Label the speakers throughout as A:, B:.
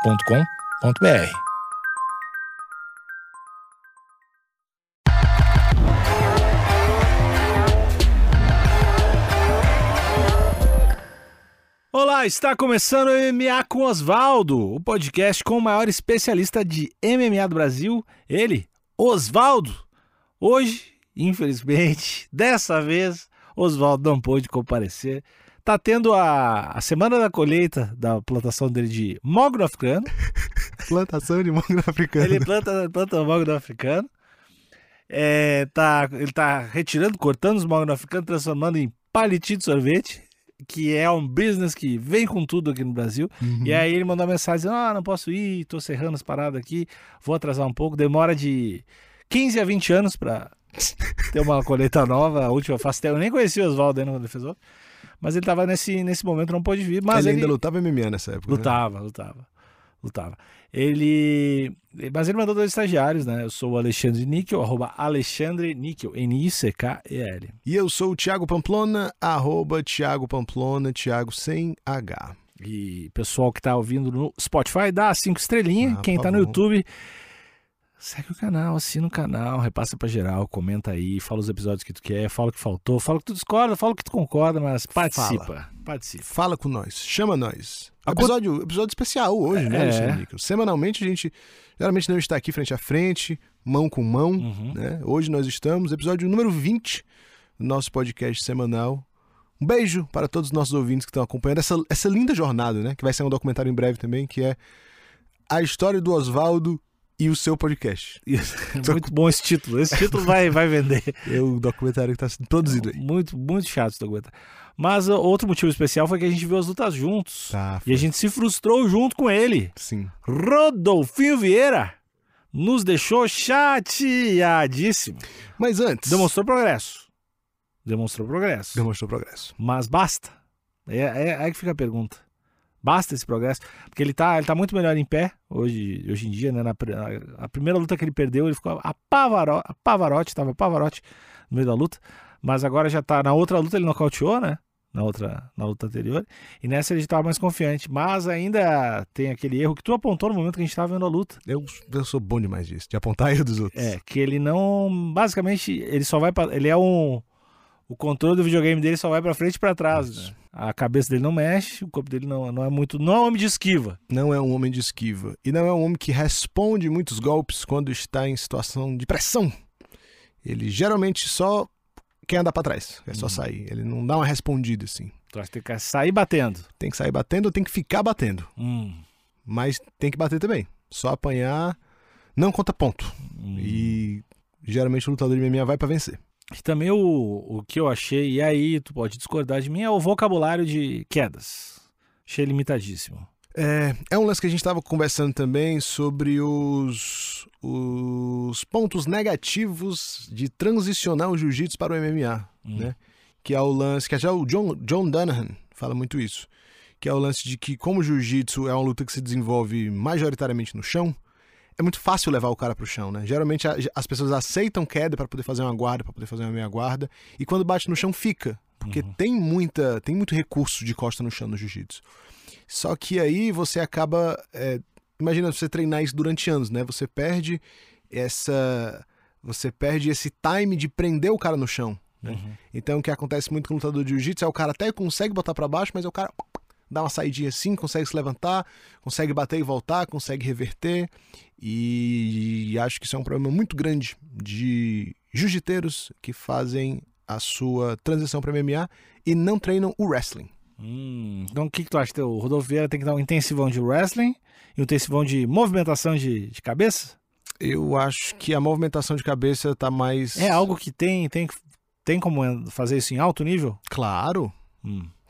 A: agenciadepodcast.com.br. Olá, está começando o MMA com Osvaldo, o podcast com o maior especialista de MMA do Brasil, ele, Osvaldo. Hoje, infelizmente, dessa vez, Osvaldo não pôde comparecer. Tá tendo a, a semana da colheita da plantação dele de mogno africano.
B: Plantação de mango africano.
A: Ele planta, planta mogno africano. É, tá, ele tá retirando, cortando os mogno africanos, transformando em palitinho de sorvete, que é um business que vem com tudo aqui no Brasil.
B: Uhum.
A: E aí ele mandou uma mensagem dizendo: Ah, não posso ir, tô serrando as paradas aqui, vou atrasar um pouco. Demora de 15 a 20 anos pra ter uma colheita nova. A última faz até. Eu nem conheci o Oswaldo ainda quando ele fez outro. Mas ele tava nesse, nesse momento, não pôde vir. Mas
B: ele,
A: ele,
B: ainda lutava MMA nessa época. né?
A: lutava, lutava, lutava. Ele. Mas ele mandou dois estagiários, né? Eu sou o Alexandre Níquel, arroba Alexandre Níquel, N-I-C-K-E-L.
B: E eu sou o Thiago Pamplona, arroba Thiago Pamplona, Thiago sem H.
A: E pessoal que tá ouvindo no Spotify, dá cinco estrelinhas.
B: Ah,
A: Quem
B: por
A: tá no
B: favor.
A: YouTube, segue o canal, assina o canal, repassa pra geral, comenta aí, fala os episódios que tu quer, fala o que faltou, fala o que tu discorda, fala o que tu concorda, mas participa. Participa.
B: Fala com nós, chama nós.
A: Aco-
B: Episódio, episódio especial hoje, né,
A: É.
B: Alexandre? Níquel? Semanalmente a gente geralmente não está aqui frente a frente, mão com mão,
A: Uhum.
B: né? Hoje nós estamos, episódio número 20 do nosso podcast semanal. Um beijo para todos os nossos ouvintes que estão acompanhando essa, essa linda jornada, né? Que vai ser um documentário em breve também, que é a história do Oswaldo e o seu podcast.
A: É Muito bom esse título. Esse título vai, vai vender.
B: É o documentário que está sendo produzido aí.
A: Muito, muito chato esse documentário. Mas ó, outro motivo especial foi que a gente viu as lutas juntos.
B: Tá,
A: E a gente se frustrou junto com ele.
B: sim.
A: Rodolfinho Vieira nos deixou chateadíssimo.
B: Mas antes.
A: Demonstrou progresso. Demonstrou progresso.
B: demonstrou progresso.
A: Mas basta. É, é- aí que fica a pergunta. Basta esse progresso? Porque ele tá, ele tá muito melhor em pé hoje, hoje em dia, né? Na, pri- a- a primeira luta que ele perdeu, ele ficou a Pavarotti, a Pavarotti, tava Pavarotti no meio da luta. Mas agora já tá. Na outra luta ele nocauteou, né? Na outra, na luta anterior. E nessa ele já tava mais confiante. Mas ainda tem aquele erro que tu apontou no momento que a gente tava vendo a luta.
B: Eu, eu sou bom demais disso, de apontar erro dos outros.
A: É, que ele não. Basicamente, ele só vai pra, Ele é um. O controle do videogame dele só vai pra frente e pra trás. Né? A cabeça dele não mexe, o corpo dele não, não é muito. Não é um homem de esquiva.
B: Não é um homem de esquiva. E não é um homem que responde muitos golpes quando está em situação de pressão. Ele geralmente só quer andar pra trás, é só
A: Uhum.
B: sair. Ele não dá uma respondida assim.
A: Tu acha que tem que sair batendo.
B: Tem que sair batendo ou tem que ficar batendo.
A: Hum,
B: Mas tem que bater também. Só apanhar não conta ponto.
A: hum. E...
B: E geralmente o lutador de MMA vai pra vencer.
A: também o, o que eu achei, e aí tu pode discordar de mim, é o vocabulário de quedas. Achei limitadíssimo.
B: É, é um lance que a gente estava conversando também sobre os, os pontos negativos de transicionar o jiu-jitsu para o MMA,
A: Hum.
B: né? Que é o lance, que até o John, John Dunahan fala muito isso, que é o lance de que como o jiu-jitsu é uma luta que se desenvolve majoritariamente no chão, é muito fácil levar o cara pro chão, né? Geralmente a- as pessoas aceitam queda para poder fazer uma guarda, para poder fazer uma meia guarda, e quando bate no chão fica, porque tem muita, tem muito recurso de costa no chão no jiu-jitsu. Só que aí você acaba. é, imagina você treinar isso durante anos, né? Você perde essa. Você perde esse time de prender o cara no chão. né?
A: Uhum.
B: Então o que acontece muito com o lutador de jiu-jitsu é o cara até consegue botar pra baixo, mas é o cara dá uma saidinha assim, consegue se levantar, consegue bater e voltar, consegue reverter. E acho que isso é um problema muito grande de jiu-jiteiros que fazem a sua transição para MMA e não treinam o wrestling.
A: Hum, então o que, que tu acha? O Rodolfo Vieira tem que dar um intensivão de wrestling e um intensivão de movimentação de, de cabeça?
B: Eu acho que a movimentação de cabeça tá mais.
A: É algo que tem, tem, tem como en- fazer isso em alto nível?
B: Claro,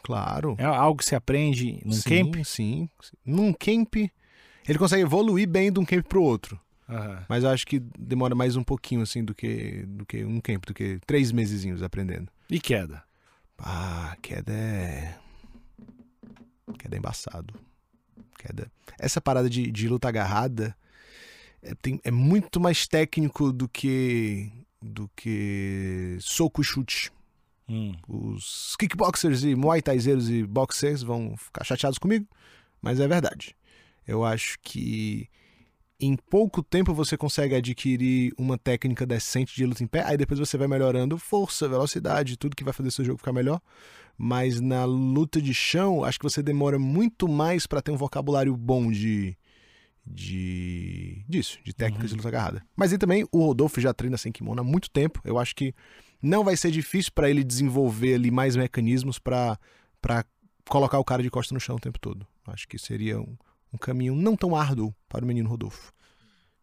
B: claro.
A: É algo que se aprende Hum. num
B: sim,
A: camp?
B: Sim. sim. Num camp, ele consegue evoluir bem de um camp pro outro.
A: Aham.
B: Mas eu acho que demora mais um pouquinho, assim, do que, do que um camp, do que três mesezinhos aprendendo.
A: E queda?
B: Ah, queda é. Queda é embaçado. Queda. Essa parada de, de luta agarrada é, tem- é muito mais técnico do que. do que soco e chute.
A: Hum.
B: os kickboxers e muay thaizeiros e boxers vão ficar chateados comigo, mas é verdade. Eu acho que em pouco tempo você consegue adquirir uma técnica decente de luta em pé, aí depois você vai melhorando força, velocidade, tudo que vai fazer seu jogo ficar melhor. Mas na luta de chão, acho que você demora muito mais para ter um vocabulário bom de de disso, de técnicas de luta agarrada. Mas aí também o Rodolfo já treina sem kimono há muito tempo. Eu acho que não vai ser difícil para ele desenvolver ali mais mecanismos para para colocar o cara de costa no chão o tempo todo. Acho que seria um, um caminho não tão árduo para o menino Rodolfo.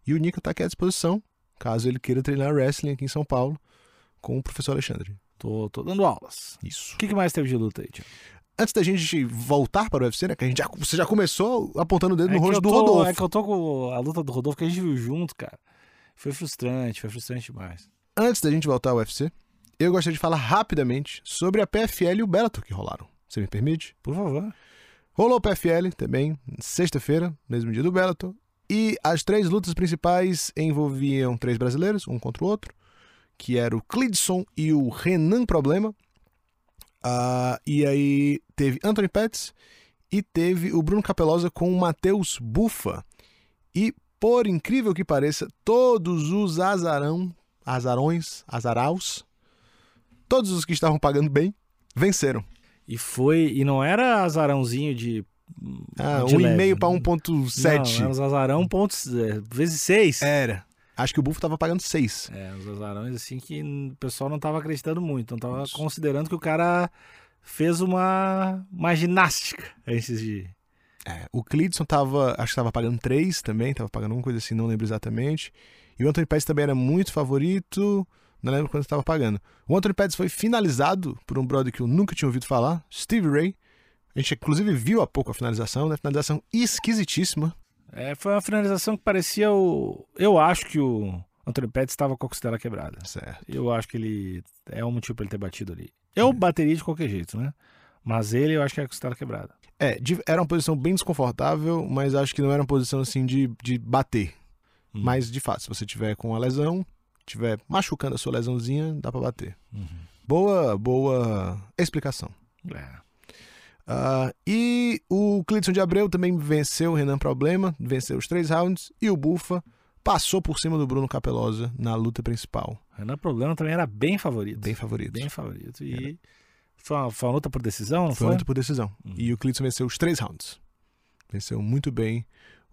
B: E o Nico está aqui à disposição, caso ele queira treinar wrestling aqui em São Paulo com o professor Alexandre.
A: Tô, tô dando aulas.
B: Isso.
A: O que, que mais teve de luta aí, Tiago?
B: Antes da gente voltar para o UFC, né, que a gente já, você já começou apontando o dedo
A: É
B: no
A: que
B: rosto
A: eu
B: do
A: tô-
B: Rodolfo.
A: É que eu tô com a luta do Rodolfo que a gente viu junto, cara. Foi frustrante, foi frustrante demais.
B: Antes da gente voltar ao UFC, eu gostaria de falar rapidamente sobre a PFL e o Bellator que rolaram. Você me permite?
A: Por favor.
B: Rolou o PFL também, sexta-feira, mesmo dia do Bellator. E as três lutas principais envolviam três brasileiros, um contra o outro, que era o Clidson e o Renan Problema. Ah, e aí teve Anthony Pettis e teve o Bruno Capelosa com o Matheus Bufa. E, por incrível que pareça, todos os azarão, azarões, azaraus, todos os que estavam pagando bem, venceram.
A: E foi. E não era azarãozinho de.
B: Ah,
A: de
B: um e
A: leve. né?
B: meio para
A: Não,
B: 1.7.
A: era uns azarão pontos, é, vezes seis.
B: Era. Acho que o Bufo tava pagando 6.
A: É, uns azarões assim que o pessoal não tava acreditando muito, não tava
B: Isso.
A: considerando que o cara fez uma, uma ginástica antes de.
B: É, o Clidson tava, acho que tava pagando 3 também, tava pagando alguma coisa assim, não lembro exatamente. E o Anthony Pettis também era muito favorito, não lembro quanto tava pagando. O Anthony Pettis foi finalizado por um brother que eu nunca tinha ouvido falar, Steve Ray. A gente inclusive viu há pouco a finalização, né? Finalização esquisitíssima.
A: É, foi uma finalização que parecia o. Eu acho que o Antônio Pettis estava com a costela quebrada.
B: Certo.
A: Eu acho que ele é um motivo pra ele ter batido ali. Eu bateria de qualquer jeito, né? Mas ele, eu acho que é a costela quebrada.
B: É, de- era uma posição bem desconfortável, mas acho que não era uma posição assim de, de bater.
A: Hum.
B: Mas, de fato, se você tiver com a lesão, tiver machucando a sua lesãozinha, dá pra bater.
A: Uhum.
B: Boa, boa explicação.
A: É.
B: Ah, e o Clidson de Abreu também venceu o Renan Problema, venceu os três rounds, e o Bufa passou por cima do Bruno Capelosa na luta principal.
A: Renan Problema também era bem favorito.
B: Bem favorito.
A: Bem favorito. E foi uma, foi uma luta por decisão, não
B: foi
A: foi?
B: muito por decisão.
A: Hum.
B: E o Clidson venceu os três rounds. Venceu muito bem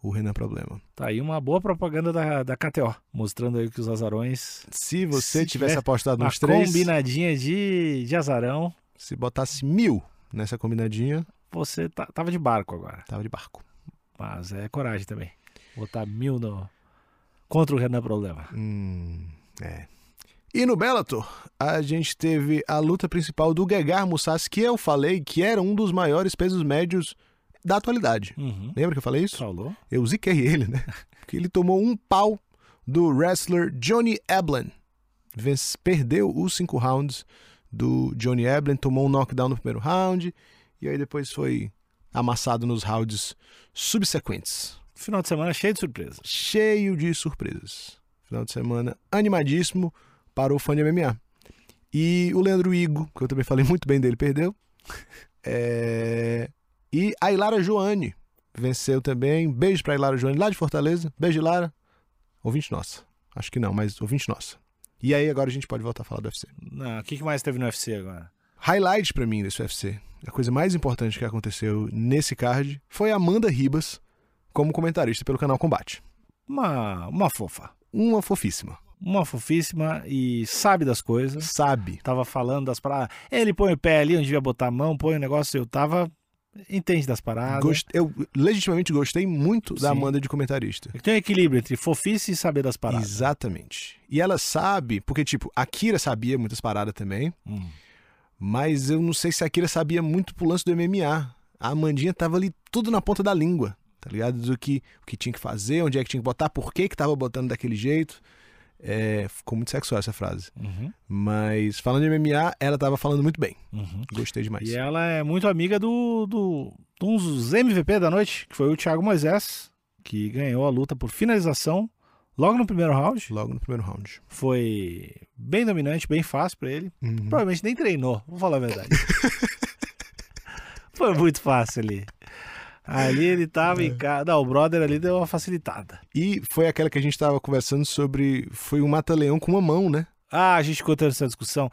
B: o Renan Problema.
A: Tá aí uma boa propaganda da, da KTO, mostrando aí que os azarões.
B: Se você
A: Se
B: tivesse
A: tiver
B: apostado
A: Uma
B: Tá nos três,
A: combinadinha de, de azarão,
B: se botasse mil nessa combinadinha,
A: você tá- tava de barco agora.
B: tava de barco.
A: Mas é coragem também. Botar mil no. Contra o Renan Problema.
B: Hum, é. E no Bellator, a gente teve a luta principal do Gegar Mussas, que eu falei que era um dos maiores pesos médios da atualidade.
A: Uhum.
B: Lembra que eu falei isso?
A: Falou.
B: Eu ziquei ele, né? Porque ele tomou um pau do wrestler Johnny Eblen. Vence- Perdeu os cinco rounds do Johnny Eblen, tomou um knockdown no primeiro round, e aí depois foi amassado nos rounds subsequentes
A: Final de semana cheio de surpresas.
B: cheio de surpresas. Final de semana animadíssimo para o fã de MMA. E o Leandro Igo, que eu também falei muito bem dele, perdeu. É, E a Ilara Joane venceu também. Beijo para Ilara Joane lá de Fortaleza. Beijo, Ilara. Ouvinte nossa. Acho que não, mas ouvinte nossa. E aí agora a gente pode voltar a falar do UFC.
A: Não, Ah, o que que mais teve no UFC agora?
B: Highlight pra mim desse UFC, a coisa mais importante que aconteceu nesse card, foi a Amanda Ribas como comentarista pelo canal Combate.
A: Uma, uma fofa.
B: Uma fofíssima.
A: Uma fofíssima e sabe das coisas.
B: Sabe
A: Tava falando das paradas. Ele põe o pé ali onde devia botar a mão, põe o negócio. Eu tava. Entende das paradas.
B: Gost- Eu legitimamente gostei muito da
A: Sim.
B: Amanda de comentarista.
A: É que Tem um equilíbrio entre fofice e saber das paradas.
B: Exatamente. E ela sabe, porque, tipo, a Kira sabia muitas paradas também,
A: Hum.
B: mas eu não sei se a Kira sabia muito pro lance do MMA. A Amandinha tava ali tudo na ponta da língua, tá ligado? Do que, o que tinha que fazer, onde é que tinha que botar, por que que tava botando daquele jeito. É, ficou muito sexual essa frase.
A: Uhum,
B: Mas falando de MMA, ela tava falando muito bem.
A: uhum.
B: Gostei demais.
A: E ela é muito amiga do, do, de um dos MVP da noite, que foi o Thiago Moisés, que ganhou a luta por finalização logo no primeiro round.
B: Logo no primeiro round.
A: Foi bem dominante, bem fácil pra ele.
B: Uhum.
A: Provavelmente nem treinou, vou falar a verdade. Foi muito fácil ali. Ali ele tava em casa. Não, o brother ali deu uma facilitada.
B: E foi aquela que a gente tava conversando sobre. Foi um mata-leão com uma mão, né?
A: Ah, a gente ficou tendo essa discussão.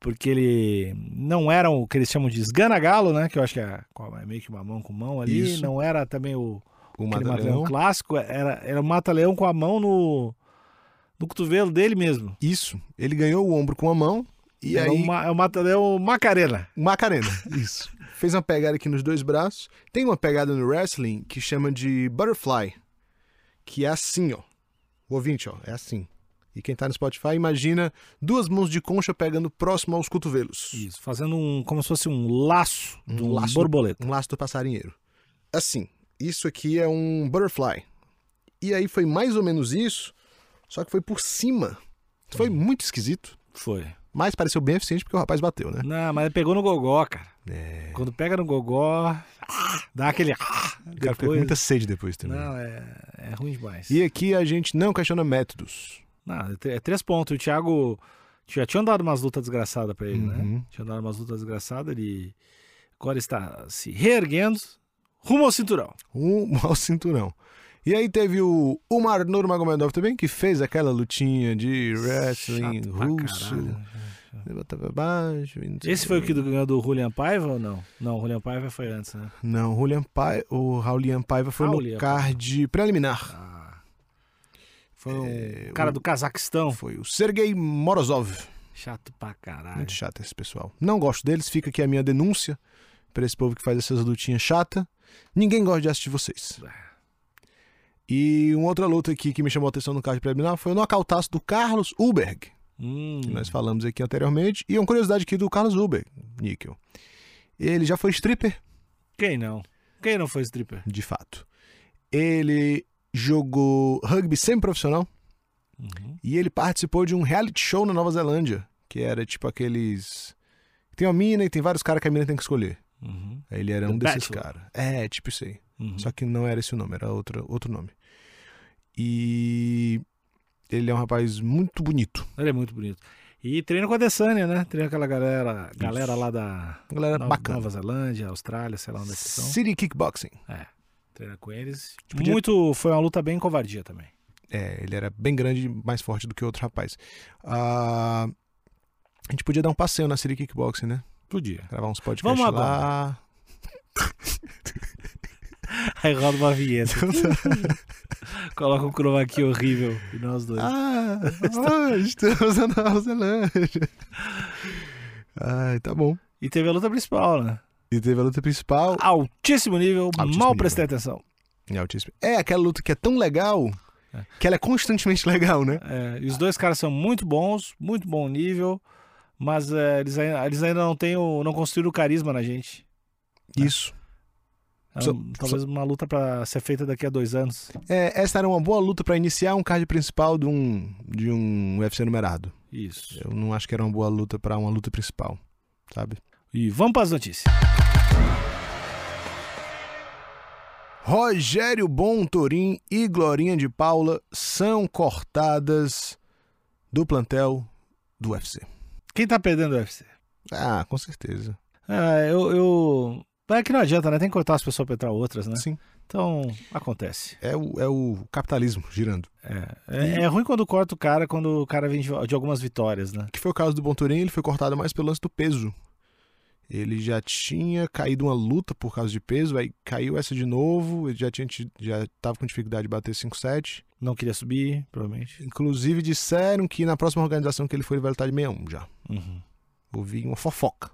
A: Porque ele não era o que eles chamam de esgana-galo, né? Que eu acho que é, qual- é meio que uma mão com mão ali.
B: Isso.
A: Não era também o
B: O
A: aquele
B: mata-leão.
A: mata-leão clássico. Era, era o mata-leão com a mão no, no cotovelo dele mesmo.
B: Isso. Ele ganhou o ombro com uma mão e
A: era
B: aí.
A: o ma- é o mata-leão Macarena.
B: Macarena. Isso. Fez uma pegada aqui nos dois braços. Tem uma pegada no wrestling que chama de butterfly. Que é assim, ó. O ouvinte, ó. É assim. E quem tá no Spotify, imagina duas mãos de concha pegando próximo aos cotovelos.
A: Isso, fazendo um, como se fosse um laço
B: Um
A: de um
B: laço.
A: borboleta.
B: Um laço do passarinheiro. Assim, isso aqui é um butterfly. E aí foi mais ou menos isso, só que foi por cima. Foi muito esquisito,
A: Foi.
B: mas pareceu bem eficiente porque o rapaz bateu, né?
A: Não, mas pegou no gogó, cara. Quando pega no gogó, ah, dá aquele. ah,
B: É. O cara ficou com
A: depois-
B: muita sede né? depois também.
A: Não, é, é ruim demais.
B: E aqui a gente não questiona métodos.
A: Não, é tr- é três pontos. O Thiago já tinha dado umas lutas desgraçadas pra ele,
B: Uhum.
A: né? Tinha dado umas lutas desgraçadas, ele agora está se reerguendo rumo ao cinturão.
B: Um mau cinturão. E aí teve o Umar Nurmagomedov também, que fez aquela lutinha de wrestling
A: Chato pra
B: russo.
A: caralho, né?
B: Levanta pra baixo. e não sei
A: Esse
B: o
A: foi o
B: quê.
A: que do- ganhou do Julian Paiva ou não? Não, o Julian Paiva foi antes, né?
B: Não, o Julian Pai... o Raulian Paiva foi
A: Raulian
B: no card preliminar.
A: Ah, foi um
B: É,
A: cara
B: o-
A: do Cazaquistão.
B: Foi o Sergei Morozov.
A: Chato pra caralho.
B: Muito chato esse pessoal. Não gosto deles, fica aqui a minha denúncia pra esse povo que faz essas lutinhas chata. Ninguém gosta de assistir vocês. E uma outra luta aqui que me chamou a atenção no card preliminar foi o nocautaço do Carlos Uberg,
A: Hum,
B: que nós falamos aqui anteriormente. E uma curiosidade aqui do Carlos Uberg, níquel. Ele já foi stripper,
A: Quem não? Quem não foi stripper?
B: de fato. Ele jogou rugby semi-profissional.
A: Uhum.
B: E ele participou de um reality show na Nova Zelândia, que era tipo aqueles. Tem uma mina e tem vários caras que a mina tem que escolher.
A: Uhum.
B: Aí ele era
A: The
B: um desses
A: Bachelor.
B: caras. É, tipo isso aí.
A: Uhum.
B: Só que não era esse o nome, era outro, outro nome. E. Ele é um rapaz muito bonito.
A: Ele é muito bonito. E treina com a Desânia, né? Treina com aquela galera, galera lá da
B: Uma galera
A: Nova,
B: bacana.
A: Nova Zelândia, Austrália, sei lá onde é que são.
B: City Kickboxing.
A: É, treina com eles.
B: podia-
A: Muito, foi uma luta bem covardia também.
B: É, ele era bem grande e mais forte do que outro rapaz. Ah, a gente podia dar um passeio na City Kickboxing, né?
A: Podia.
B: Gravar uns podcasts
A: Vamos
B: lá.
A: agora. Aí roda uma vinheta. Coloca um chroma key horrível e nós dois.
B: Ah, ah, estamos na Nova Zelândia. Ai, tá bom.
A: E teve a luta principal, né?
B: E teve a luta principal.
A: Altíssimo nível,
B: Altíssimo
A: mal
B: nível.
A: prestei atenção.
B: É, altíssimo. É aquela luta que é tão legal que ela é constantemente legal, né?
A: É, e os dois caras são muito bons, muito bom nível, mas é, eles, ainda, eles ainda não têm o, não construíram o carisma na gente.
B: Isso.
A: É,
B: Só-
A: um- talvez uma luta pra ser feita daqui a dois anos.
B: É, essa era uma boa luta pra iniciar um card principal de um, de um UFC numerado.
A: Isso.
B: Eu não acho que era uma boa luta pra uma luta principal, sabe?
A: E vamos pras notícias.
B: Rogério Bontorim e Glorinha de Paula são cortadas do plantel do UFC.
A: Quem tá perdendo o UFC?
B: Ah, com certeza.
A: É, eu, eu. É que não adianta, né? Tem que cortar as pessoas pra entrar outras, né?
B: Sim.
A: Então, acontece.
B: É o, é o capitalismo girando.
A: É, é ruim quando corta o cara quando o cara vem de, de algumas vitórias, né?
B: Que foi o caso do Bonturin, ele foi cortado mais pelo lance do peso. Ele já tinha caído uma luta por causa de peso, aí caiu essa de novo, ele já tinha tido- já tava com dificuldade de bater 5-7.
A: Não queria subir, provavelmente.
B: Inclusive disseram que na próxima organização que ele foi ele vai lutar de 61 já.
A: Uhum.
B: Ouvi uma fofoca.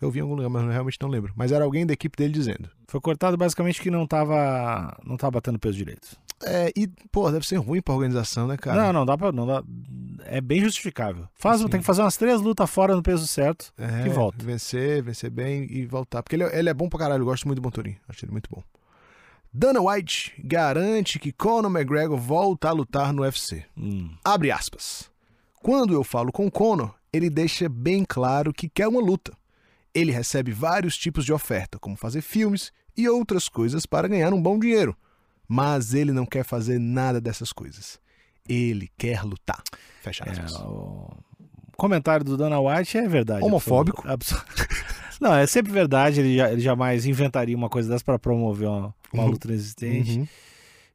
B: Eu vi em algum lugar, mas eu realmente não lembro. Mas era alguém da equipe dele dizendo.
A: Foi cortado basicamente que não tava. não tava batendo peso direito.
B: É, e, pô, deve ser ruim pra organização, né, cara?
A: Não, não, dá pra. Não dá, é bem justificável. Faz,
B: Sim.
A: Tem que fazer umas três lutas fora no peso certo.
B: É,
A: Que volta.
B: Vencer, vencer bem e voltar. Porque ele, ele é bom pra caralho, eu gosto muito do Bonturim. Acho ele muito bom. Dana White garante que Conor McGregor volta a lutar no UFC.
A: Hum.
B: Abre aspas. Quando eu falo com Conor, ele deixa bem claro que quer uma luta. Ele recebe vários tipos de oferta, como fazer filmes e outras coisas para ganhar um bom dinheiro. Mas ele não quer fazer nada dessas coisas. Ele quer lutar. Fecha aspas.
A: É, o comentário do Dana White é verdade.
B: Homofóbico.
A: absoluta. Abso- Não, é sempre verdade, ele, ja- ele jamais inventaria uma coisa dessa pra promover uma, uma
B: Uhum.
A: luta inexistente.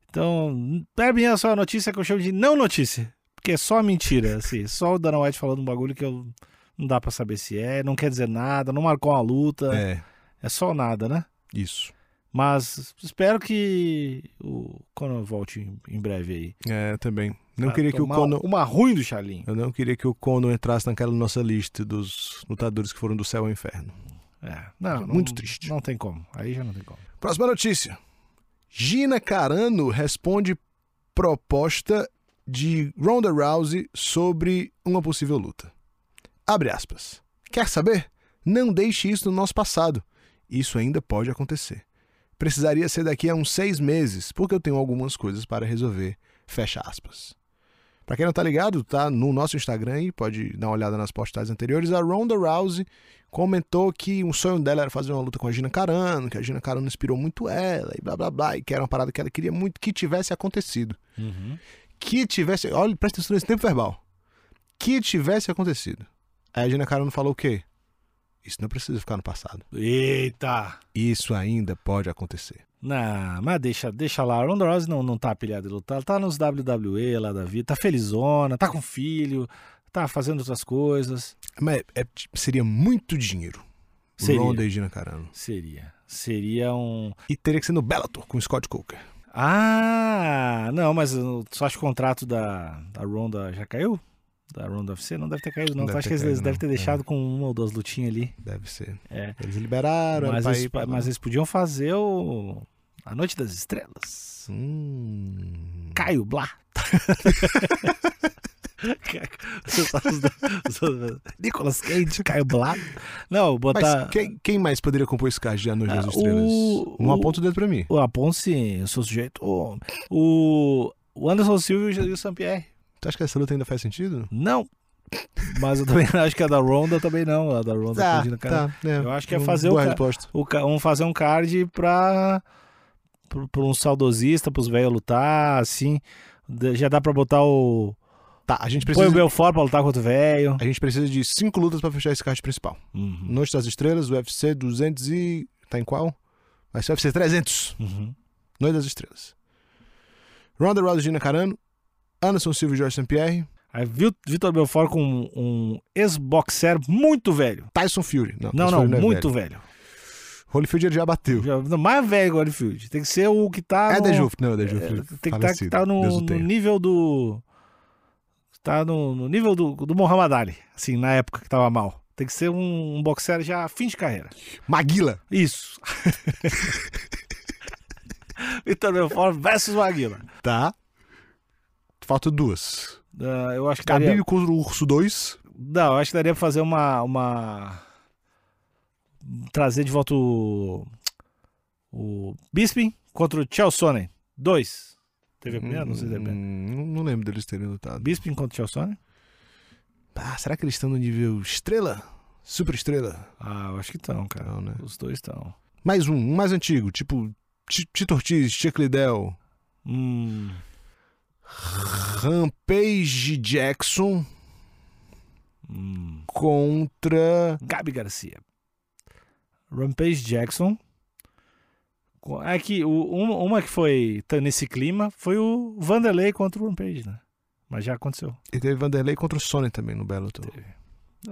A: Então, pra mim é só a notícia que eu chamo de não notícia. Porque é só mentira, assim. Só o Dana White falando um bagulho que eu não dá pra saber se é, não quer dizer nada, não marcou uma luta. É,
B: É,
A: só nada, né?
B: isso.
A: Mas espero que o Conor volte em- em breve aí.
B: É, também. Não
A: Pra
B: queria que o
A: tomar um
B: Conor.
A: Uma ruim do Charlinho.
B: Eu não queria que o Conor entrasse naquela nossa lista dos lutadores que foram do céu ao inferno.
A: É, não,
B: Muito
A: não-
B: triste.
A: Não tem como. Aí já não tem como.
B: Próxima notícia. Gina Carano responde proposta de Ronda Rousey sobre uma possível luta. Abre aspas. Quer saber? Não deixe isso no nosso passado. Isso ainda pode acontecer. Precisaria ser daqui a uns seis meses, porque eu tenho algumas coisas para resolver. Fecha aspas. Pra quem não tá ligado, tá no nosso Instagram e pode dar uma olhada nas postagens anteriores. A Ronda Rousey comentou que um sonho dela era fazer uma luta com a Gina Carano, que a Gina Carano inspirou muito ela e blá blá blá, e que era uma parada que ela queria muito que tivesse acontecido. Uhum. Que tivesse. Olha, presta atenção nesse tempo verbal. Que tivesse acontecido. Aí a Gina Carano falou o quê? Isso não precisa ficar no passado.
A: Eita!
B: Isso ainda pode acontecer.
A: Não, mas deixa, deixa lá. A Ronda Rousey não, não tá pilhada de lutar. Ela tá nos WWE lá da vida. Tá felizona, tá com filho, tá fazendo outras coisas.
B: Mas é- seria muito dinheiro.
A: Seria.
B: Ronda e Gina Carano.
A: Seria. Seria um.
B: E teria que ser no Bellator com o Scott Coker.
A: Ah, não, mas eu só acho que o contrato da, da Ronda já caiu? Da Ronda UFC? Não deve ter caído, não.
B: Deve
A: Eu acho
B: ter
A: que eles
B: caído,
A: devem ter
B: não. É.
A: deixado com uma ou duas lutinhas ali.
B: Deve ser.
A: É.
B: Eles liberaram. era
A: Mas
B: pra
A: eles,
B: ir pra lá.
A: mas eles podiam fazer o. A Noite das Estrelas.
B: Hum.
A: Caio Blá. Nicolas Cage, Caio Blá. Não, botar.
B: Mas quem, quem mais poderia compor esse card de A Noite
A: Ah,
B: das Estrelas?
A: o-
B: Um
A: o-
B: aponta o dedo pra mim.
A: O Apon, sim, eu sou sujeito. O, o- o Anderson Silva e o Sampierre.
B: Tu acha que essa luta ainda faz sentido?
A: Não. Mas eu também acho que a da Ronda também não. A da Ronda com a Gina Carano.
B: é.
A: Eu acho que Tá, é
B: Hum,
A: fazer o
B: boa
A: ca-
B: resposta.
A: O ca- Vamos fazer um card pra. pro- Pra um saudosista, pros velhos lutar, assim. De- Já dá pra botar o.
B: Tá, a gente
A: Põe o
B: precisa.
A: Belfort pra lutar contra o velho.
B: A gente precisa de cinco lutas pra fechar esse card principal.
A: Uhum.
B: Noite das Estrelas, UFC 200 e. Tá em qual? Vai ser UFC 300.
A: Uhum.
B: Noite das Estrelas. Ronda Rousey, Gina Carano. Anderson Silva e Jorge St. Pierre.
A: Aí Vi- Vitor Belfort com um, um ex-boxer muito velho.
B: Tyson Fury. Não,
A: Não,
B: Tyson
A: não,
B: Fury é
A: muito
B: velho.
A: velho.
B: Holyfield ele já bateu.
A: Já- não, mais velho que o Holyfield. Tem que ser o que tá.
B: É
A: no-
B: Dejuft. Não, é Dejuft.
A: Tem que tá, que
B: falecido.
A: tá no,
B: Deus o
A: no
B: tenha.
A: nível do. Tá no, no nível do, do Muhammad Ali, assim, na época que tava mal. Tem que ser um, um boxer já fim de carreira.
B: Maguila.
A: Isso. Vitor Belfort versus Maguila.
B: Tá. Falta duas.
A: Ah, eu acho que daria-
B: Cabibe contra o Urso 2.
A: Não, eu acho que daria pra fazer uma. uma... Trazer de volta o. O Bisping contra o Chelsonen. Dois. Teve a primeira? Não sei se é teve a primeira.
B: Hum, não lembro deles terem lutado.
A: Bisping contra o Chelsonen?
B: Ah, será que eles estão no nível estrela? Super estrela?
A: Ah, eu acho que estão, cara.
B: Não, né?
A: Os dois estão.
B: Mais um, um mais antigo, tipo Ti- Tito Ortiz, Chuck Liddell,
A: Hum.
B: Rampage Jackson
A: hum.
B: contra.
A: Gabi Garcia. Rampage Jackson. Co- É que o- uma, uma que foi tá nesse clima foi o Vanderlei contra o Rampage, né? Mas já aconteceu.
B: E teve Vanderlei contra o Sony também no Bellator.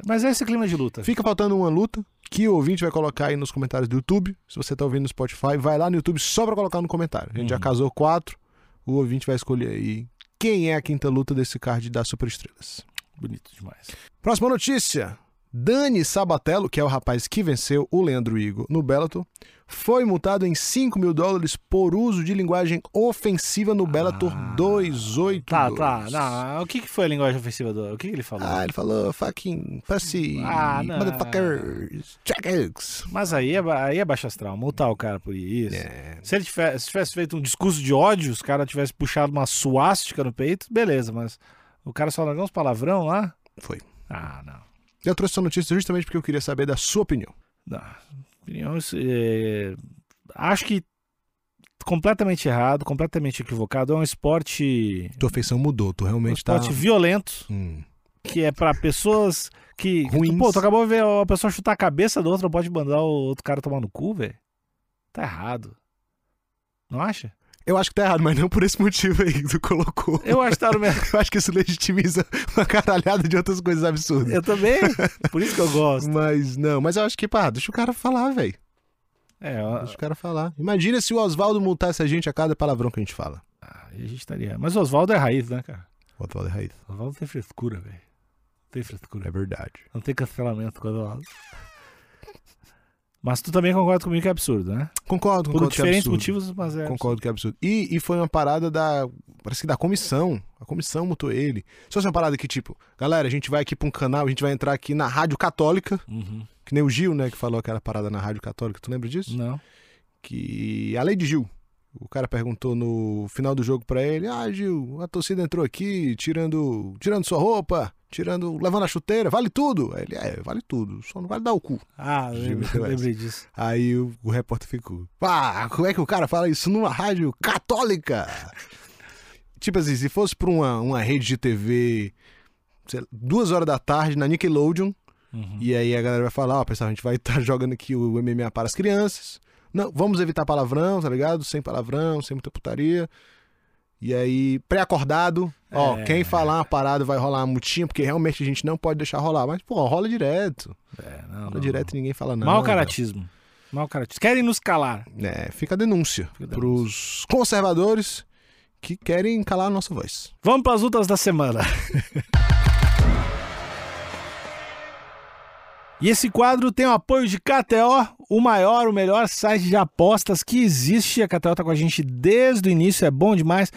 A: Mas é esse clima de luta.
B: Fica faltando uma luta que o ouvinte vai colocar aí nos comentários do YouTube. Se você tá ouvindo no Spotify, vai lá no YouTube só pra colocar no comentário. A gente já
A: Uhum.
B: casou quatro. O ouvinte vai escolher aí quem é a quinta luta desse card das Superestrelas.
A: Bonito demais.
B: Próxima notícia. Dani Sabatello, que é o rapaz que venceu o Leandro Igor no Bellator, foi multado em 5 mil dólares por uso de linguagem ofensiva no Bellator
A: Ah.
B: 282.
A: Tá, tá. Não, o que, que foi a linguagem ofensiva do. O que, que ele falou?
B: Ah, ele falou fucking pussy,
A: Ah, não.
B: motherfuckers, jackass.
A: Mas aí é, ba- aí é baixo astral, multar o cara por isso.
B: É.
A: Se ele tivesse, se tivesse feito um discurso de ódio, os caras tivessem puxado uma suástica no peito, beleza, mas o cara só largou uns palavrão lá?
B: Foi.
A: Ah, não.
B: Eu trouxe essa notícia justamente porque eu queria saber da sua opinião.
A: Não. Opinião, isso, é, Acho que completamente errado, completamente equivocado. É um esporte,
B: Tua feição mudou, tu
A: um
B: realmente tá...
A: esporte violento
B: Hum.
A: que é pra pessoas Que, que tu,
B: Ruins.
A: pô, tu acabou de ver a pessoa chutar a cabeça do outro, não pode mandar o outro cara tomar no cu, velho. Tá errado. Não acha?
B: Eu acho que tá errado, mas não por esse motivo aí que tu colocou.
A: Eu acho que tá no mesmo.
B: Eu acho que isso legitimiza uma caralhada de outras coisas absurdas.
A: Eu também. Por isso que eu gosto.
B: Mas não, mas eu acho que, pá, deixa o cara falar, velho.
A: É, ó,
B: Deixa o cara falar. Imagina se o Oswaldo multasse a gente a cada palavrão que a gente fala.
A: a gente estaria. Mas o Oswaldo é raiz, né, cara?
B: Oswaldo é raiz.
A: O Oswaldo tem frescura, velho. Tem frescura.
B: É verdade.
A: Não tem cancelamento com o Oswaldo. Mas tu também concorda comigo que é absurdo, né?
B: Concordo,
A: Por
B: concordo. que é
A: diferentes
B: absurdo.
A: motivos, mas é.
B: Concordo que é absurdo. E, e foi uma parada da. Parece que da comissão. A comissão mutou ele. Se fosse uma parada que, tipo, galera, a gente vai aqui pra um canal, a gente vai entrar aqui na Rádio Católica.
A: absurdo. Uhum.
B: Que nem o Gil, né, que falou aquela parada na Rádio Católica. Tu lembra disso?
A: Não.
B: que a lei de Gil. O cara perguntou no final do jogo pra ele: "Ah, Gil, a torcida entrou aqui tirando, tirando sua roupa, tirando, levando a chuteira, vale tudo". Aí ele: "É, vale tudo, só não vale dar o cu".
A: Ah, lembrei,
B: Gil Silvestre.
A: lembrei disso.
B: Aí o, o repórter ficou: "Ah, como é que o cara fala isso numa rádio católica?". tipo assim, se fosse pra uma, uma rede de TV, sei lá, duas horas da tarde na Nickelodeon,
A: Uhum.
B: e aí a galera vai falar, ó, pessoal, a gente vai estar jogando aqui o MMA para as crianças. Não, vamos evitar palavrão, tá ligado? Sem palavrão, sem muita putaria. E aí, pré-acordado, ó,
A: É.
B: quem falar uma parada vai rolar uma mutinha, porque realmente a gente não pode deixar rolar. Mas, pô, rola direto.
A: É, não,
B: Rola
A: não,
B: direto e ninguém fala
A: não.
B: nada.
A: Mal caratismo. Mal caratismo. Querem nos calar.
B: É, fica a denúncia
A: Fica a denúncia.
B: pros conservadores que querem calar a nossa voz.
A: Vamos para as lutas da semana. e esse quadro tem o apoio de KTO, o maior, o melhor site de apostas que existe. A KTO tá com a gente desde o início, é bom demais.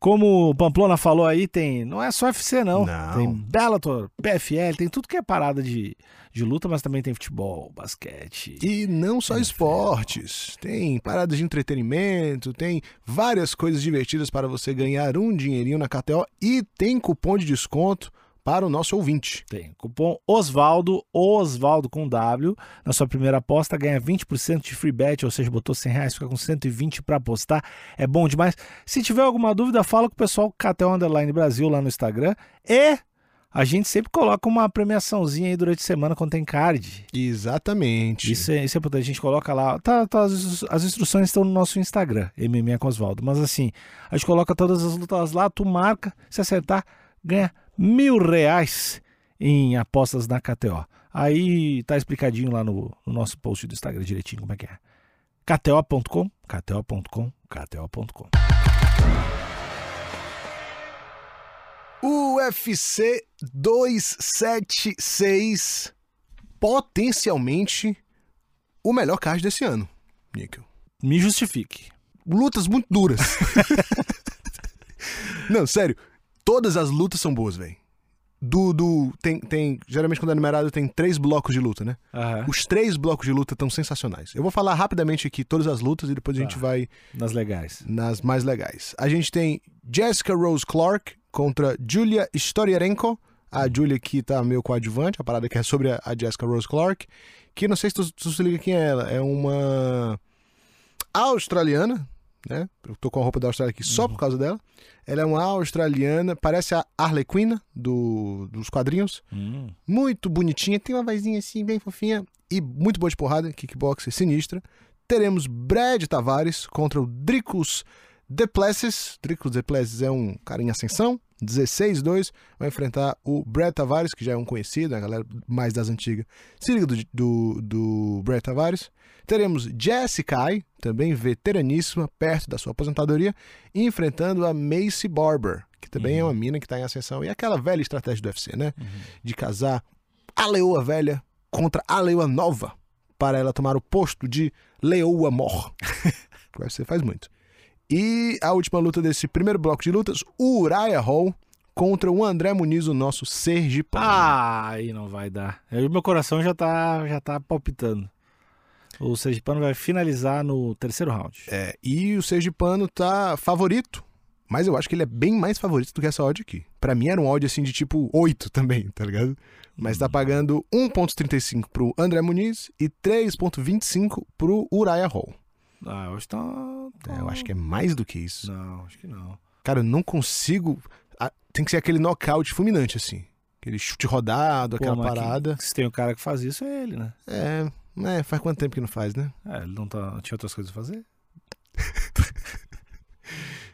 A: Como o Pamplona falou aí, tem. Não é só UFC, não.
B: Não.
A: Tem Bellator, PFL, tem tudo que é parada de, de luta, mas também tem futebol, basquete.
B: E não só esportes, tem paradas de entretenimento, tem várias coisas divertidas para você ganhar um dinheirinho na KTO e tem cupom de desconto para o nosso ouvinte.
A: Tem. Cupom Osvaldo, Osvaldo com W. Na sua primeira aposta, ganha 20% de free bet, ou seja, botou 100 reais, fica com 120 para apostar. É bom demais. Se tiver alguma dúvida, fala com o pessoal Catel Underline Brasil lá no Instagram. E a gente sempre coloca uma premiaçãozinha aí durante a semana quando tem card.
B: Exatamente.
A: Isso é, isso é importante, a gente coloca lá. Tá, tá, as, instru- as instruções estão no nosso Instagram, MMA com Oswaldo. Mas assim, a gente coloca todas as lutas lá, tu marca, se acertar, ganha mil reais em apostas na KTO. Aí tá explicadinho lá no, no nosso post do Instagram direitinho como é que é. KTO.com, KTO.com, KTO.com.
B: UFC 276, potencialmente o melhor card desse ano, Níquel.
A: Me justifique.
B: Lutas muito duras. Não, sério. Todas as lutas são boas, velho. Do, do- tem, tem, geralmente quando é numerado tem três blocos de luta, né? Os três blocos de luta estão sensacionais. Eu vou falar rapidamente aqui todas as lutas e depois a
A: Tá.
B: gente vai
A: Nas legais.
B: nas mais legais. A gente tem Jessica Rose Clark contra Julia Storyarenko. A Julia que tá meio coadjuvante, a parada que é sobre a a Jessica Rose Clark. Que não sei se tu, tu se liga quem é ela. É uma australiana, né? Eu tô com a roupa da Austrália aqui só por causa dela. Ela é uma australiana, parece a Arlequina do, dos quadrinhos.
A: Hum.
B: Muito bonitinha, tem uma vozinha assim, bem fofinha. E muito boa de porrada, kickboxer sinistra. Teremos Brad Tavares contra o Dricus Deplessis. Dricus Deplessis é um cara em ascensão, 16-2. Vai enfrentar o Brad Tavares, que já é um conhecido, a galera mais das antigas se liga do, do, do Brad Tavares. Teremos Jessie Kai, também veteraníssima, perto da sua aposentadoria, enfrentando a Macy Barber, que também é uma mina que tá em ascensão. E aquela velha estratégia do UFC, né? de casar a leoa velha contra a leoa nova para ela tomar o posto de leoa mor. que você faz muito. E a última luta desse primeiro bloco de lutas, o Uriah Hall contra o André Muniz, o nosso sergipano.
A: Ah, aí não vai dar. Aí meu coração já tá, já tá palpitando. O Sergipano vai finalizar no terceiro round.
B: É, e o sergipano tá favorito, mas eu acho que ele é bem mais favorito do que essa odd aqui. Pra mim era um odd assim de tipo 8 também, tá ligado? Mas tá pagando 1.35 pro André Muniz e 3.25 pro Uriah Hall.
A: Ah, eu acho que tá. tá-
B: É, eu acho que é mais do que isso.
A: Não, acho que não.
B: Cara, eu não consigo. Ah, Tem que ser aquele nocaute fulminante, assim. Aquele chute
A: Pô,
B: rodado, aquela
A: mas que-
B: parada.
A: Se tem um cara que faz isso, é ele, né?
B: É, né, faz quanto tempo que não faz, né?
A: É, ele não, tá, não tinha outras coisas a fazer.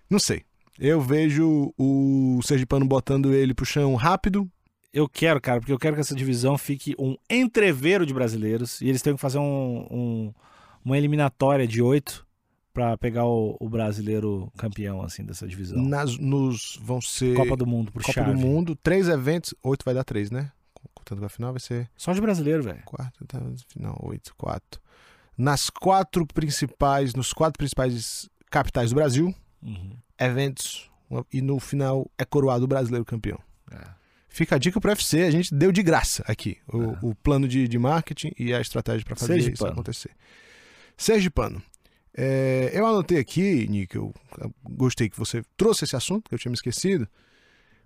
B: Não sei. Eu vejo o Sergipano botando ele pro chão rápido.
A: Eu quero, cara, porque eu quero que essa divisão fique um entreveiro de brasileiros e eles tenham que fazer um, um- uma eliminatória de oito pra pegar o, o brasileiro campeão, assim, dessa divisão.
B: Nas, nos vão ser
A: Copa do Mundo, por
B: Copa
A: chave.
B: do Mundo, três eventos, oito vai dar três, né? Contando com a final vai ser
A: Só de brasileiro, velho.
B: quarto, tá, final oito, quatro. Nas quatro principais, nos quatro principais capitais do Brasil,
A: Uhum.
B: eventos uma- e no final é coroado o brasileiro campeão.
A: É.
B: Fica a dica pro UFC, a gente deu de graça aqui o, o plano de, de marketing e a estratégia para fazer
A: Sergipano.
B: isso acontecer. Sergipano, é, eu anotei aqui, Nick, eu gostei que você trouxe esse assunto, que eu tinha me esquecido.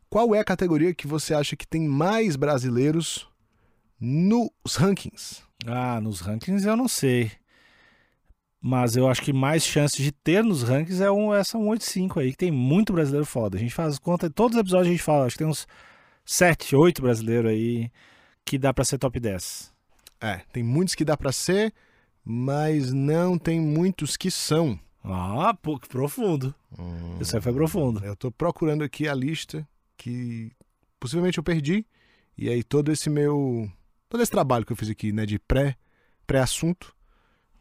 B: Qual é a categoria que você acha que tem mais brasileiros nos rankings?
A: Ah, nos rankings eu não sei. Mas eu acho que mais chances de ter nos rankings é um, essa 185 aí, que tem muito brasileiro foda. A gente faz conta, todos os episódios a gente fala, acho que tem uns 7, 8 brasileiros aí que dá pra ser top 10.
B: É, tem muitos que dá para ser, mas não tem muitos que são.
A: Ah, pô, que profundo.
B: Hum.
A: Isso aí foi profundo.
B: Eu tô procurando aqui a lista que possivelmente eu perdi. E aí todo esse meu. Todo esse trabalho que eu fiz aqui, né? De pré, pré-assunto.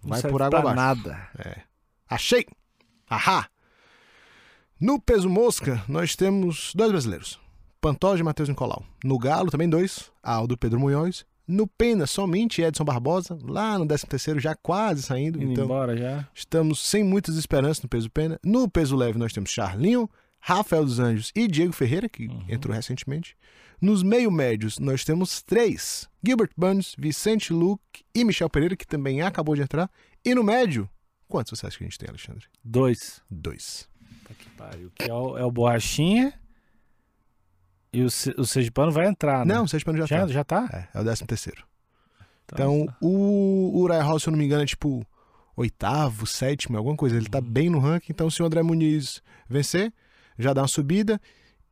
A: Não
B: Vai
A: serve
B: por água
A: pra
B: abaixo.
A: tá
B: É.
A: nada.
B: Achei! Ahá! No peso mosca, nós temos dois brasileiros. Pantoja e Matheus Nicolau. No Galo, também dois. Aldo e Pedro Munhoz. No Pena, somente Edson Barbosa. Lá no 13 terceiro, já quase saindo.
A: Indo
B: então,
A: embora já.
B: Estamos sem muitas esperanças no peso pena. No peso leve nós temos Charlinho, Rafael dos Anjos e Diego Ferreira, que entrou recentemente. Nos meio médios nós temos três: Gilbert Burns, Vicente Luke e Michel Pereira, que também acabou de entrar. E no médio, quantos você acha que a gente tem, Alexandre?
A: Dois.
B: Dois.
A: Tá que pariu. Que é o, é o Borrachinha e o, Se- o Sergipano vai entrar, né?
B: não, o Sérgio Pano já,
A: já,
B: tá.
A: já tá?
B: É, é o décimo terceiro. Então, o Uriah Hall, se eu não me engano, é tipo oitavo, sétimo, alguma coisa. Ele
A: Uhum.
B: tá bem no ranking. Então, se o André Muniz vencer, já dá uma subida.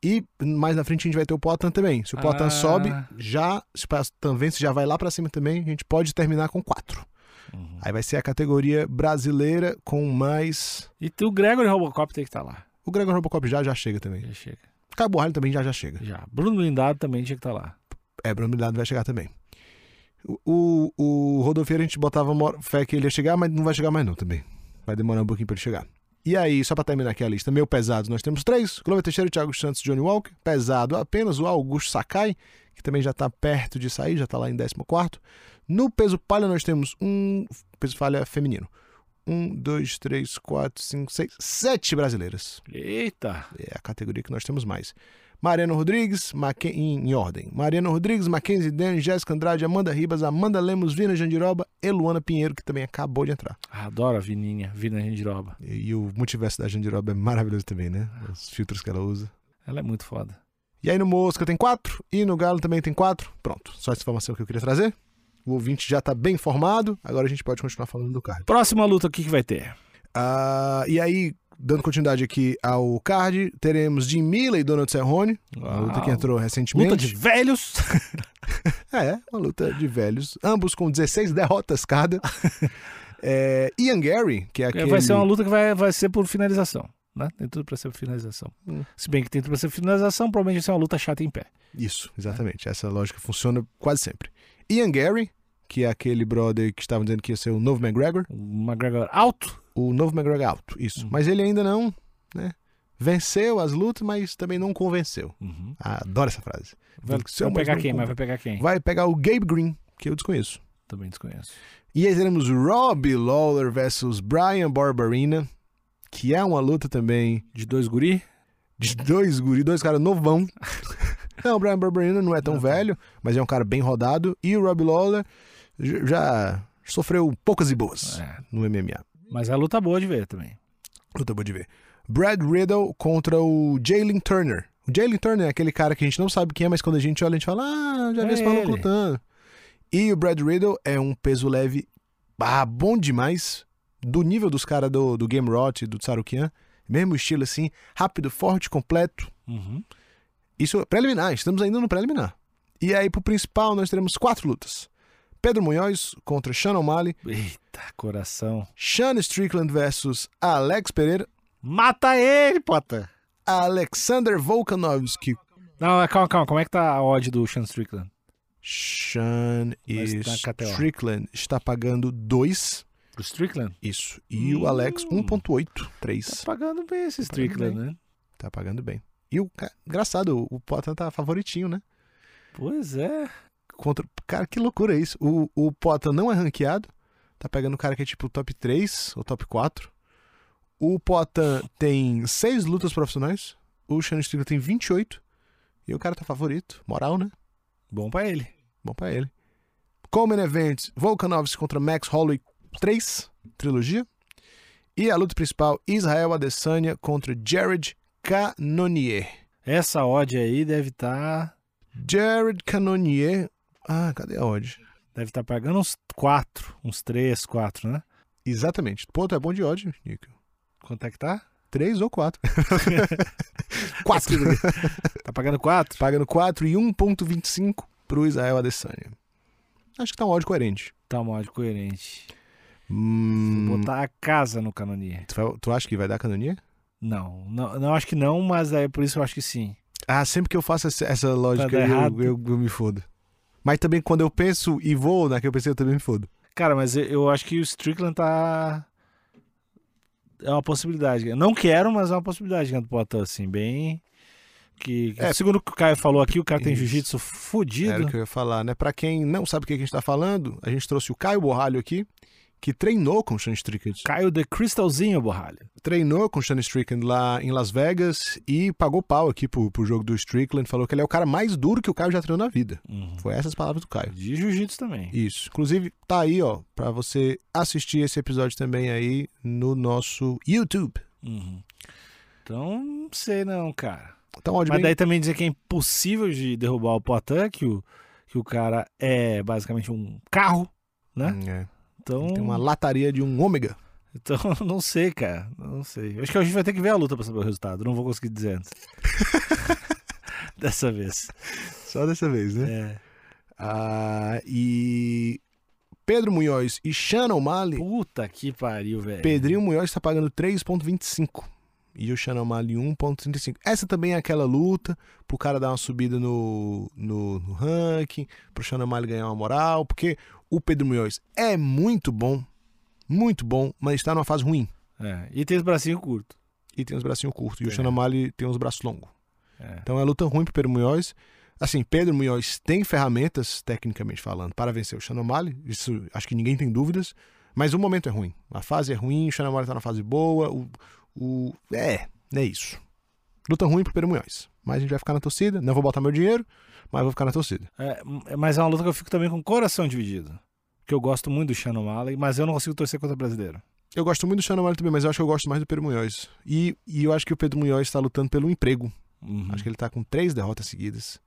B: E mais na frente a gente vai ter o Potan também. Se o Potan
A: Ah.
B: sobe, já. Se o Potan vence, já vai lá pra cima também. A gente pode terminar com quatro.
A: Uhum.
B: Aí vai ser a categoria brasileira com mais.
A: E tu- o Gregory Robocop tem que estar lá.
B: O Gregor Robocop já já chega também.
A: Já chega.
B: Cabo Ralho também já já chega.
A: Já. Bruno Blindado também tinha que estar lá.
B: É, Bruno Milano vai chegar também. O, o, o Rodolfeiro a gente botava mo- fé que ele ia chegar, mas não vai chegar mais não também. Vai demorar um pouquinho pra ele chegar. E aí, só pra terminar aqui a lista, meio pesados nós temos três. Glover Teixeira, Thiago Santos, Johnny Walker. Pesado apenas o Augusto Sakai, que também já tá perto de sair, já tá lá em 14. No peso palha nós temos um... Peso palha feminino. Um, dois, três, quatro, cinco, seis, sete brasileiras.
A: Eita!
B: É a categoria que nós temos mais. Mariano Rodrigues, Macken... em, em ordem. Mariano Rodrigues, Mackenzie Dennis, Jéssica Andrade, Amanda Ribas, Amanda Lemos, Vina Jandiroba e Luana Pinheiro, que também acabou de entrar.
A: Adoro a Vininha, Vina Gendiroba.
B: E, e o multiverso da Jandiroba é maravilhoso também, né? Os filtros que ela usa.
A: Ela é muito foda.
B: E aí no Mosca tem quatro, e no Galo também tem quatro. Pronto, só essa informação que eu queria trazer. O ouvinte já está bem informado, agora a gente pode continuar falando do card.
A: Próxima luta, o que, que vai ter?
B: Ah, e aí, dando continuidade aqui ao card, teremos Jim Miller e Donald Cerrone, uma luta que
A: Uau.
B: entrou recentemente.
A: Ah, Luta de velhos.
B: É, uma luta de velhos. Ambos com 16 derrotas cada. É, Ian Gary, que é aquele...
A: Vai ser uma luta que vai, vai ser por finalização. Né? Tem tudo pra ser por finalização.
B: Hum.
A: Se bem que tem tudo pra ser finalização, provavelmente vai ser uma luta chata em pé.
B: Isso, exatamente. Essa lógica funciona quase sempre. Ian Gary, que é aquele brother que estavam dizendo que ia ser o novo McGregor.
A: O Um McGregor alto.
B: O novo McGregor é alto,
A: Uhum.
B: isso. Mas ele ainda não, né? Venceu as lutas, mas também não convenceu. Ah, adoro essa frase.
A: Uhum. Vai,
B: Venceu,
A: vai
B: mas
A: pegar
B: não
A: quem? Mas
B: conven-
A: vai pegar quem?
B: Vai pegar o Gabe Green, que eu desconheço.
A: Também desconheço.
B: E aí teremos Robbie Lawler versus Brian Barbarina, que é uma luta também
A: De dois guri?
B: de dois guri, dois caras novão. não, o Brian Barberina não é
A: Ah, tá.
B: tão velho, mas é um cara bem rodado. E o Rob Lawler j- já sofreu poucas e boas
A: É.
B: no MMA.
A: Mas é a luta boa de ver também.
B: Luta boa de ver. Brad Riddle contra o Jalen Turner. O Jalen Turner é aquele cara que a gente não sabe quem é, mas quando a gente olha, a gente fala, ah, já vi
A: É
B: esse maluco
A: ele.
B: lutando. E o Brad Riddle é um peso leve ah, bom demais, do nível dos caras do, do Game Rot e do Tsarukian. Mesmo estilo assim, rápido, forte, completo.
A: Uhum.
B: Isso é preliminar, estamos ainda no preliminar. E aí, pro principal, nós teremos quatro lutas. Pedro Munhoz contra Sean O'Malley,
A: Eita, coração.
B: Sean Strickland versus Alex Pereira,
A: Mata ele, pota!
B: Alexander Volkanovski.
A: Não, é, calma, calma. Como é que tá a odd do Sean Strickland?
B: Sean
A: Mas tá KTO.
B: Strickland está pagando 2,
A: O Strickland?
B: isso, e o Alex 1.83.
A: Tá pagando bem esse
B: pagando
A: Strickland, né?
B: Tá pagando bem. E o ca- engraçado, o Potan tá favoritinho, né?
A: Pois é.
B: Contra... Cara, que loucura é isso. O, o Potan não é ranqueado. Tá pegando um cara que é tipo top 3 ou top 4. O Potan tem 6 lutas profissionais. O Sean Strickland tem 28. E o cara tá favorito. Moral, né?
A: Bom pra ele.
B: Bom pra ele. Coleman Event, Volkanovski contra Max Holloway 3, trilogia. E a luta principal, Israel Adesanya contra Jared Cannonier.
A: Essa odd aí deve tá, estar.
B: Jared Cannonier. Ah, cadê a odd?
A: Deve estar pagando uns 4, uns 3, 4, né?
B: Exatamente. Pô, tu é bom de odd, Nico.
A: Quanto é que tá?
B: Três ou quatro. quatro.
A: Tá pagando 4?
B: Pagando 4 e 1.25 pro Israel Adesanya. Acho que tá um odd coerente.
A: Tá uma odd coerente.
B: Hum,
A: Botar a casa no canonier.
B: tu, vai- tu acha que vai dar Cannonier?
A: Não, não, não acho que não, mas é por isso eu acho que sim.
B: Ah, sempre que eu faço essa, essa lógica,
A: dar
B: eu,
A: Tá errado.
B: eu, eu me fodo. Mas também quando eu penso e vou na que eu pensei, eu também me fodo.
A: Cara, mas eu, eu acho que o Strickland tá. É uma possibilidade. Eu Não quero, mas é uma possibilidade dentro do Poitin, assim, bem. Que, que-
B: É.
A: Segundo o que o Caio falou aqui, o cara tem
B: Isso.
A: jiu-jitsu fudido.
B: Era o que eu ia falar, né? Pra quem não sabe o que a gente tá falando, a gente trouxe o Caio Borralho aqui, que treinou com o Sean Strickland.
A: Caio de Crystalzinho, borralho.
B: treinou com o Sean Strickland lá em Las Vegas e pagou pau aqui pro, pro jogo do Strickland. Falou que ele é o cara mais duro que o Caio já treinou na vida.
A: Uhum.
B: Foi essas palavras do Caio.
A: De jiu-jitsu também.
B: Isso. Inclusive, tá aí, ó, pra você assistir esse episódio também aí no nosso YouTube.
A: Uhum. Então, não sei não, cara.
B: Então, ódio
A: Mas
B: bem...
A: daí também dizer que é impossível de derrubar o Poitin, que o, que o cara é basicamente um carro, né?
B: É.
A: Então,
B: Tem uma lataria de um ômega.
A: então não sei, cara. Não sei. Eu Acho que a gente vai ter que ver a luta pra saber o resultado. Não vou conseguir dizer antes. Dessa vez.
B: Só dessa vez, né?
A: É.
B: Ah, e Pedro Munhoz e Sean O'Malley.
A: Puta que pariu, velho.
B: Pedrinho Munhoz está pagando 3,25 e o um Xanomali 1,35. Essa também é aquela luta pro cara dar uma subida no, no, no ranking, pro Xanomali ganhar uma moral, porque o Pedro Munhoz é muito bom, muito bom, mas está numa fase ruim.
A: É. E tem os bracinhos curtos.
B: E tem os bracinhos curtos, e o
A: É.
B: Xanomali tem os braços longos.
A: É.
B: Então é luta ruim pro Pedro Munhoz. Assim, Pedro Munhoz tem ferramentas, tecnicamente falando, para vencer o Xanomali. Isso acho que ninguém tem dúvidas. Mas o momento é ruim. A fase é ruim, o Xanomali tá na fase boa. O, o- É, é isso. Luta ruim pro Pedro Munhoz. Mas a gente vai ficar na torcida. Não vou botar meu dinheiro, mas vou ficar na torcida.
A: É, m- mas é uma luta que eu fico também com o coração dividido. Porque eu gosto muito do Shannon Malley, mas eu não consigo torcer contra o brasileiro.
B: Eu gosto muito do Xanomali também, mas eu acho que eu gosto mais do Pedro Munhoz. E, e eu acho que o Pedro Munhoz está lutando pelo emprego.
A: Uhum.
B: Acho que ele tá com três derrotas seguidas.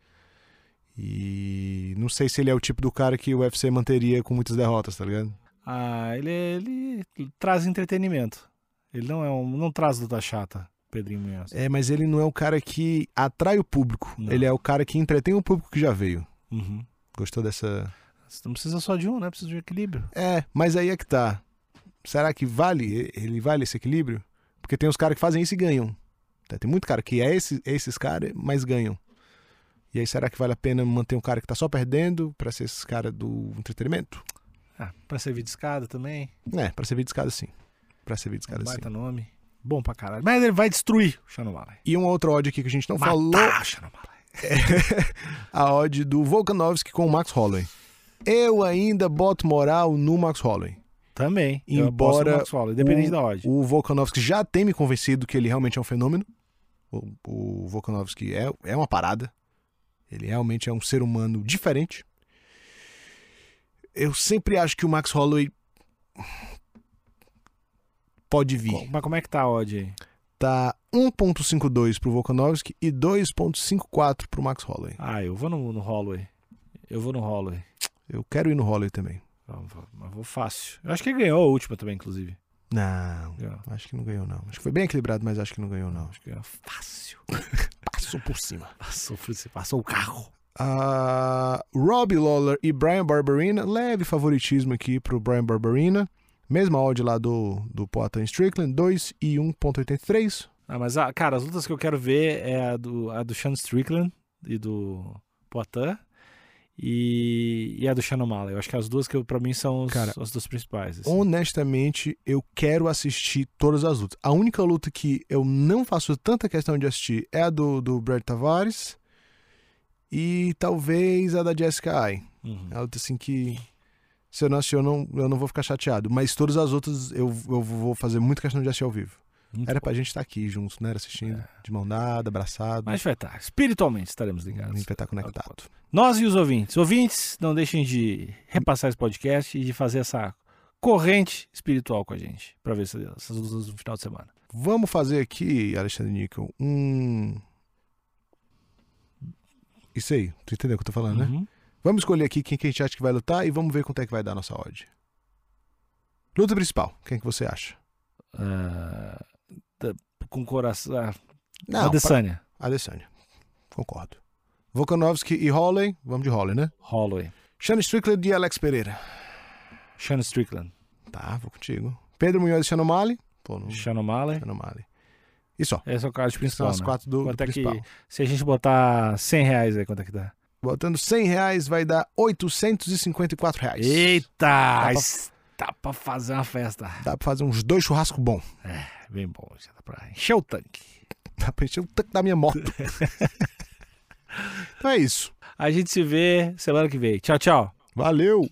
B: E não sei se ele é o tipo do cara que o UFC manteria com muitas derrotas, tá ligado?
A: Ah, ele, ele traz entretenimento. Ele não é um, não traz luta chata, Pedrinho Munhoz.
B: É, mas ele não é o cara que atrai o público.
A: Não.
B: Ele é o cara que entretém o público que já veio.
A: Uhum.
B: Gostou dessa?
A: Você não precisa só de um, né? Precisa de um equilíbrio.
B: É, mas aí é que tá. Será que vale? Ele vale esse equilíbrio? Porque tem os caras que fazem isso e ganham. Tá? Tem muito cara que é esse- esses caras, mas ganham. E aí será que vale a pena manter um cara que tá só perdendo pra ser esses caras do entretenimento?
A: Ah, pra servir de escada também.
B: É, pra servir de escada sim. Pra servir de
A: Um
B: escada sim.
A: baita nome. Bom pra caralho. Mas ele vai destruir o Xanomala.
B: E uma outra odd aqui que a gente não
A: Então
B: falou,
A: Matar o Xanomala.
B: a odd do Volkanovski com o Max Holloway. Eu ainda boto moral no Max Holloway.
A: Também.
B: Embora
A: Max Holloway, independente
B: o-
A: da odd.
B: O Volkanovski já tem me convencido que ele realmente é um fenômeno. O, o Volkanovski é, é uma parada. Ele realmente é um ser humano diferente. Eu sempre acho que o Max Holloway pode
A: Co-
B: vir.
A: Mas como é que tá a odd aí?
B: Tá 1.52 pro Volkanovski e 2.54 pro Max Holloway.
A: Ah, eu vou no, no Holloway. Eu vou no Holloway.
B: Eu quero ir no Holloway também.
A: Vamos, vamos, Mas vou fácil. Eu acho que ele ganhou a última também, inclusive.
B: Não,
A: Ganhou.
B: acho que não ganhou não. Acho que foi bem equilibrado, mas acho que não ganhou não.
A: Acho que ganhou fácil.
B: Passou por cima.
A: Passou, você passou o carro.
B: Ah, Rob Lawler e Brian Barberina, leve favoritismo aqui pro Brian Barberina. Mesma odd lá do, do Poatan Strickland, 2 e 1.83.
A: Ah, mas, ah, cara, as lutas que eu quero ver é a do, a do Sean Strickland e do Poitin e, e a do Shannon Mala. Eu acho que as duas que eu- pra mim são os-
B: Cara,
A: as duas principais. assim.
B: Honestamente, eu quero assistir todas as lutas. A única luta que eu não faço tanta questão de assistir é a do, do Brad Tavares e talvez a da Jessica Ai.
A: Uhum.
B: É uma luta assim que. Se eu não assistir, eu não, eu não vou ficar chateado. Mas todas as outras eu, eu vou fazer muita questão de assistir ao vivo.
A: Muito
B: Era
A: bom. É.
B: pra gente estar aqui juntos, né? Era assistindo, de mão dada, abraçado,
A: Mas Tá vai estar. Espiritualmente estaremos ligados.
B: nem pra estar conectado.
A: Nós e os ouvintes. Ouvintes, não deixem de repassar esse podcast e de fazer essa corrente espiritual com a gente pra ver essa- essas lutas no final de semana.
B: Vamos fazer aqui, Alexandre Nickel, um. Isso aí, tu entendeu o que eu tô falando, né?
A: Uhum.
B: Vamos escolher aqui quem que a gente acha que vai lutar e vamos ver quanto é que vai dar a nossa odd. Luta principal, quem que você acha?
A: Ah, tá- com coração. Ah,
B: Não, pra-
A: Adesanya.
B: Adesanya. Concordo. Volkanovski e Holley, vamos de Holley, né?
A: Holloway.
B: Shane Strickland e Alex Pereira.
A: Sean Strickland.
B: Tá, vou contigo. Pedro Munhoz e Shannon Mali. Pô, não.
A: Sean O'Malley.
B: Shannon Mali. E só.
A: Esse é o card
B: São
A: principal.
B: as
A: né?
B: quatro do, do
A: Quanto é que-
B: principal.
A: Se a gente botar 100 reais aí, quanto é que dá?
B: Botando 100 reais vai dar 854 reais.
A: Eita!
B: pra-
A: es- Dá pra fazer uma festa.
B: Dá pra fazer uns dois churrascos bom.
A: É bem bom. Já dá pra encher o tanque.
B: Dá pra encher o tanque da minha moto. então é isso.
A: A gente se vê semana que vem. Tchau, tchau.
B: Valeu!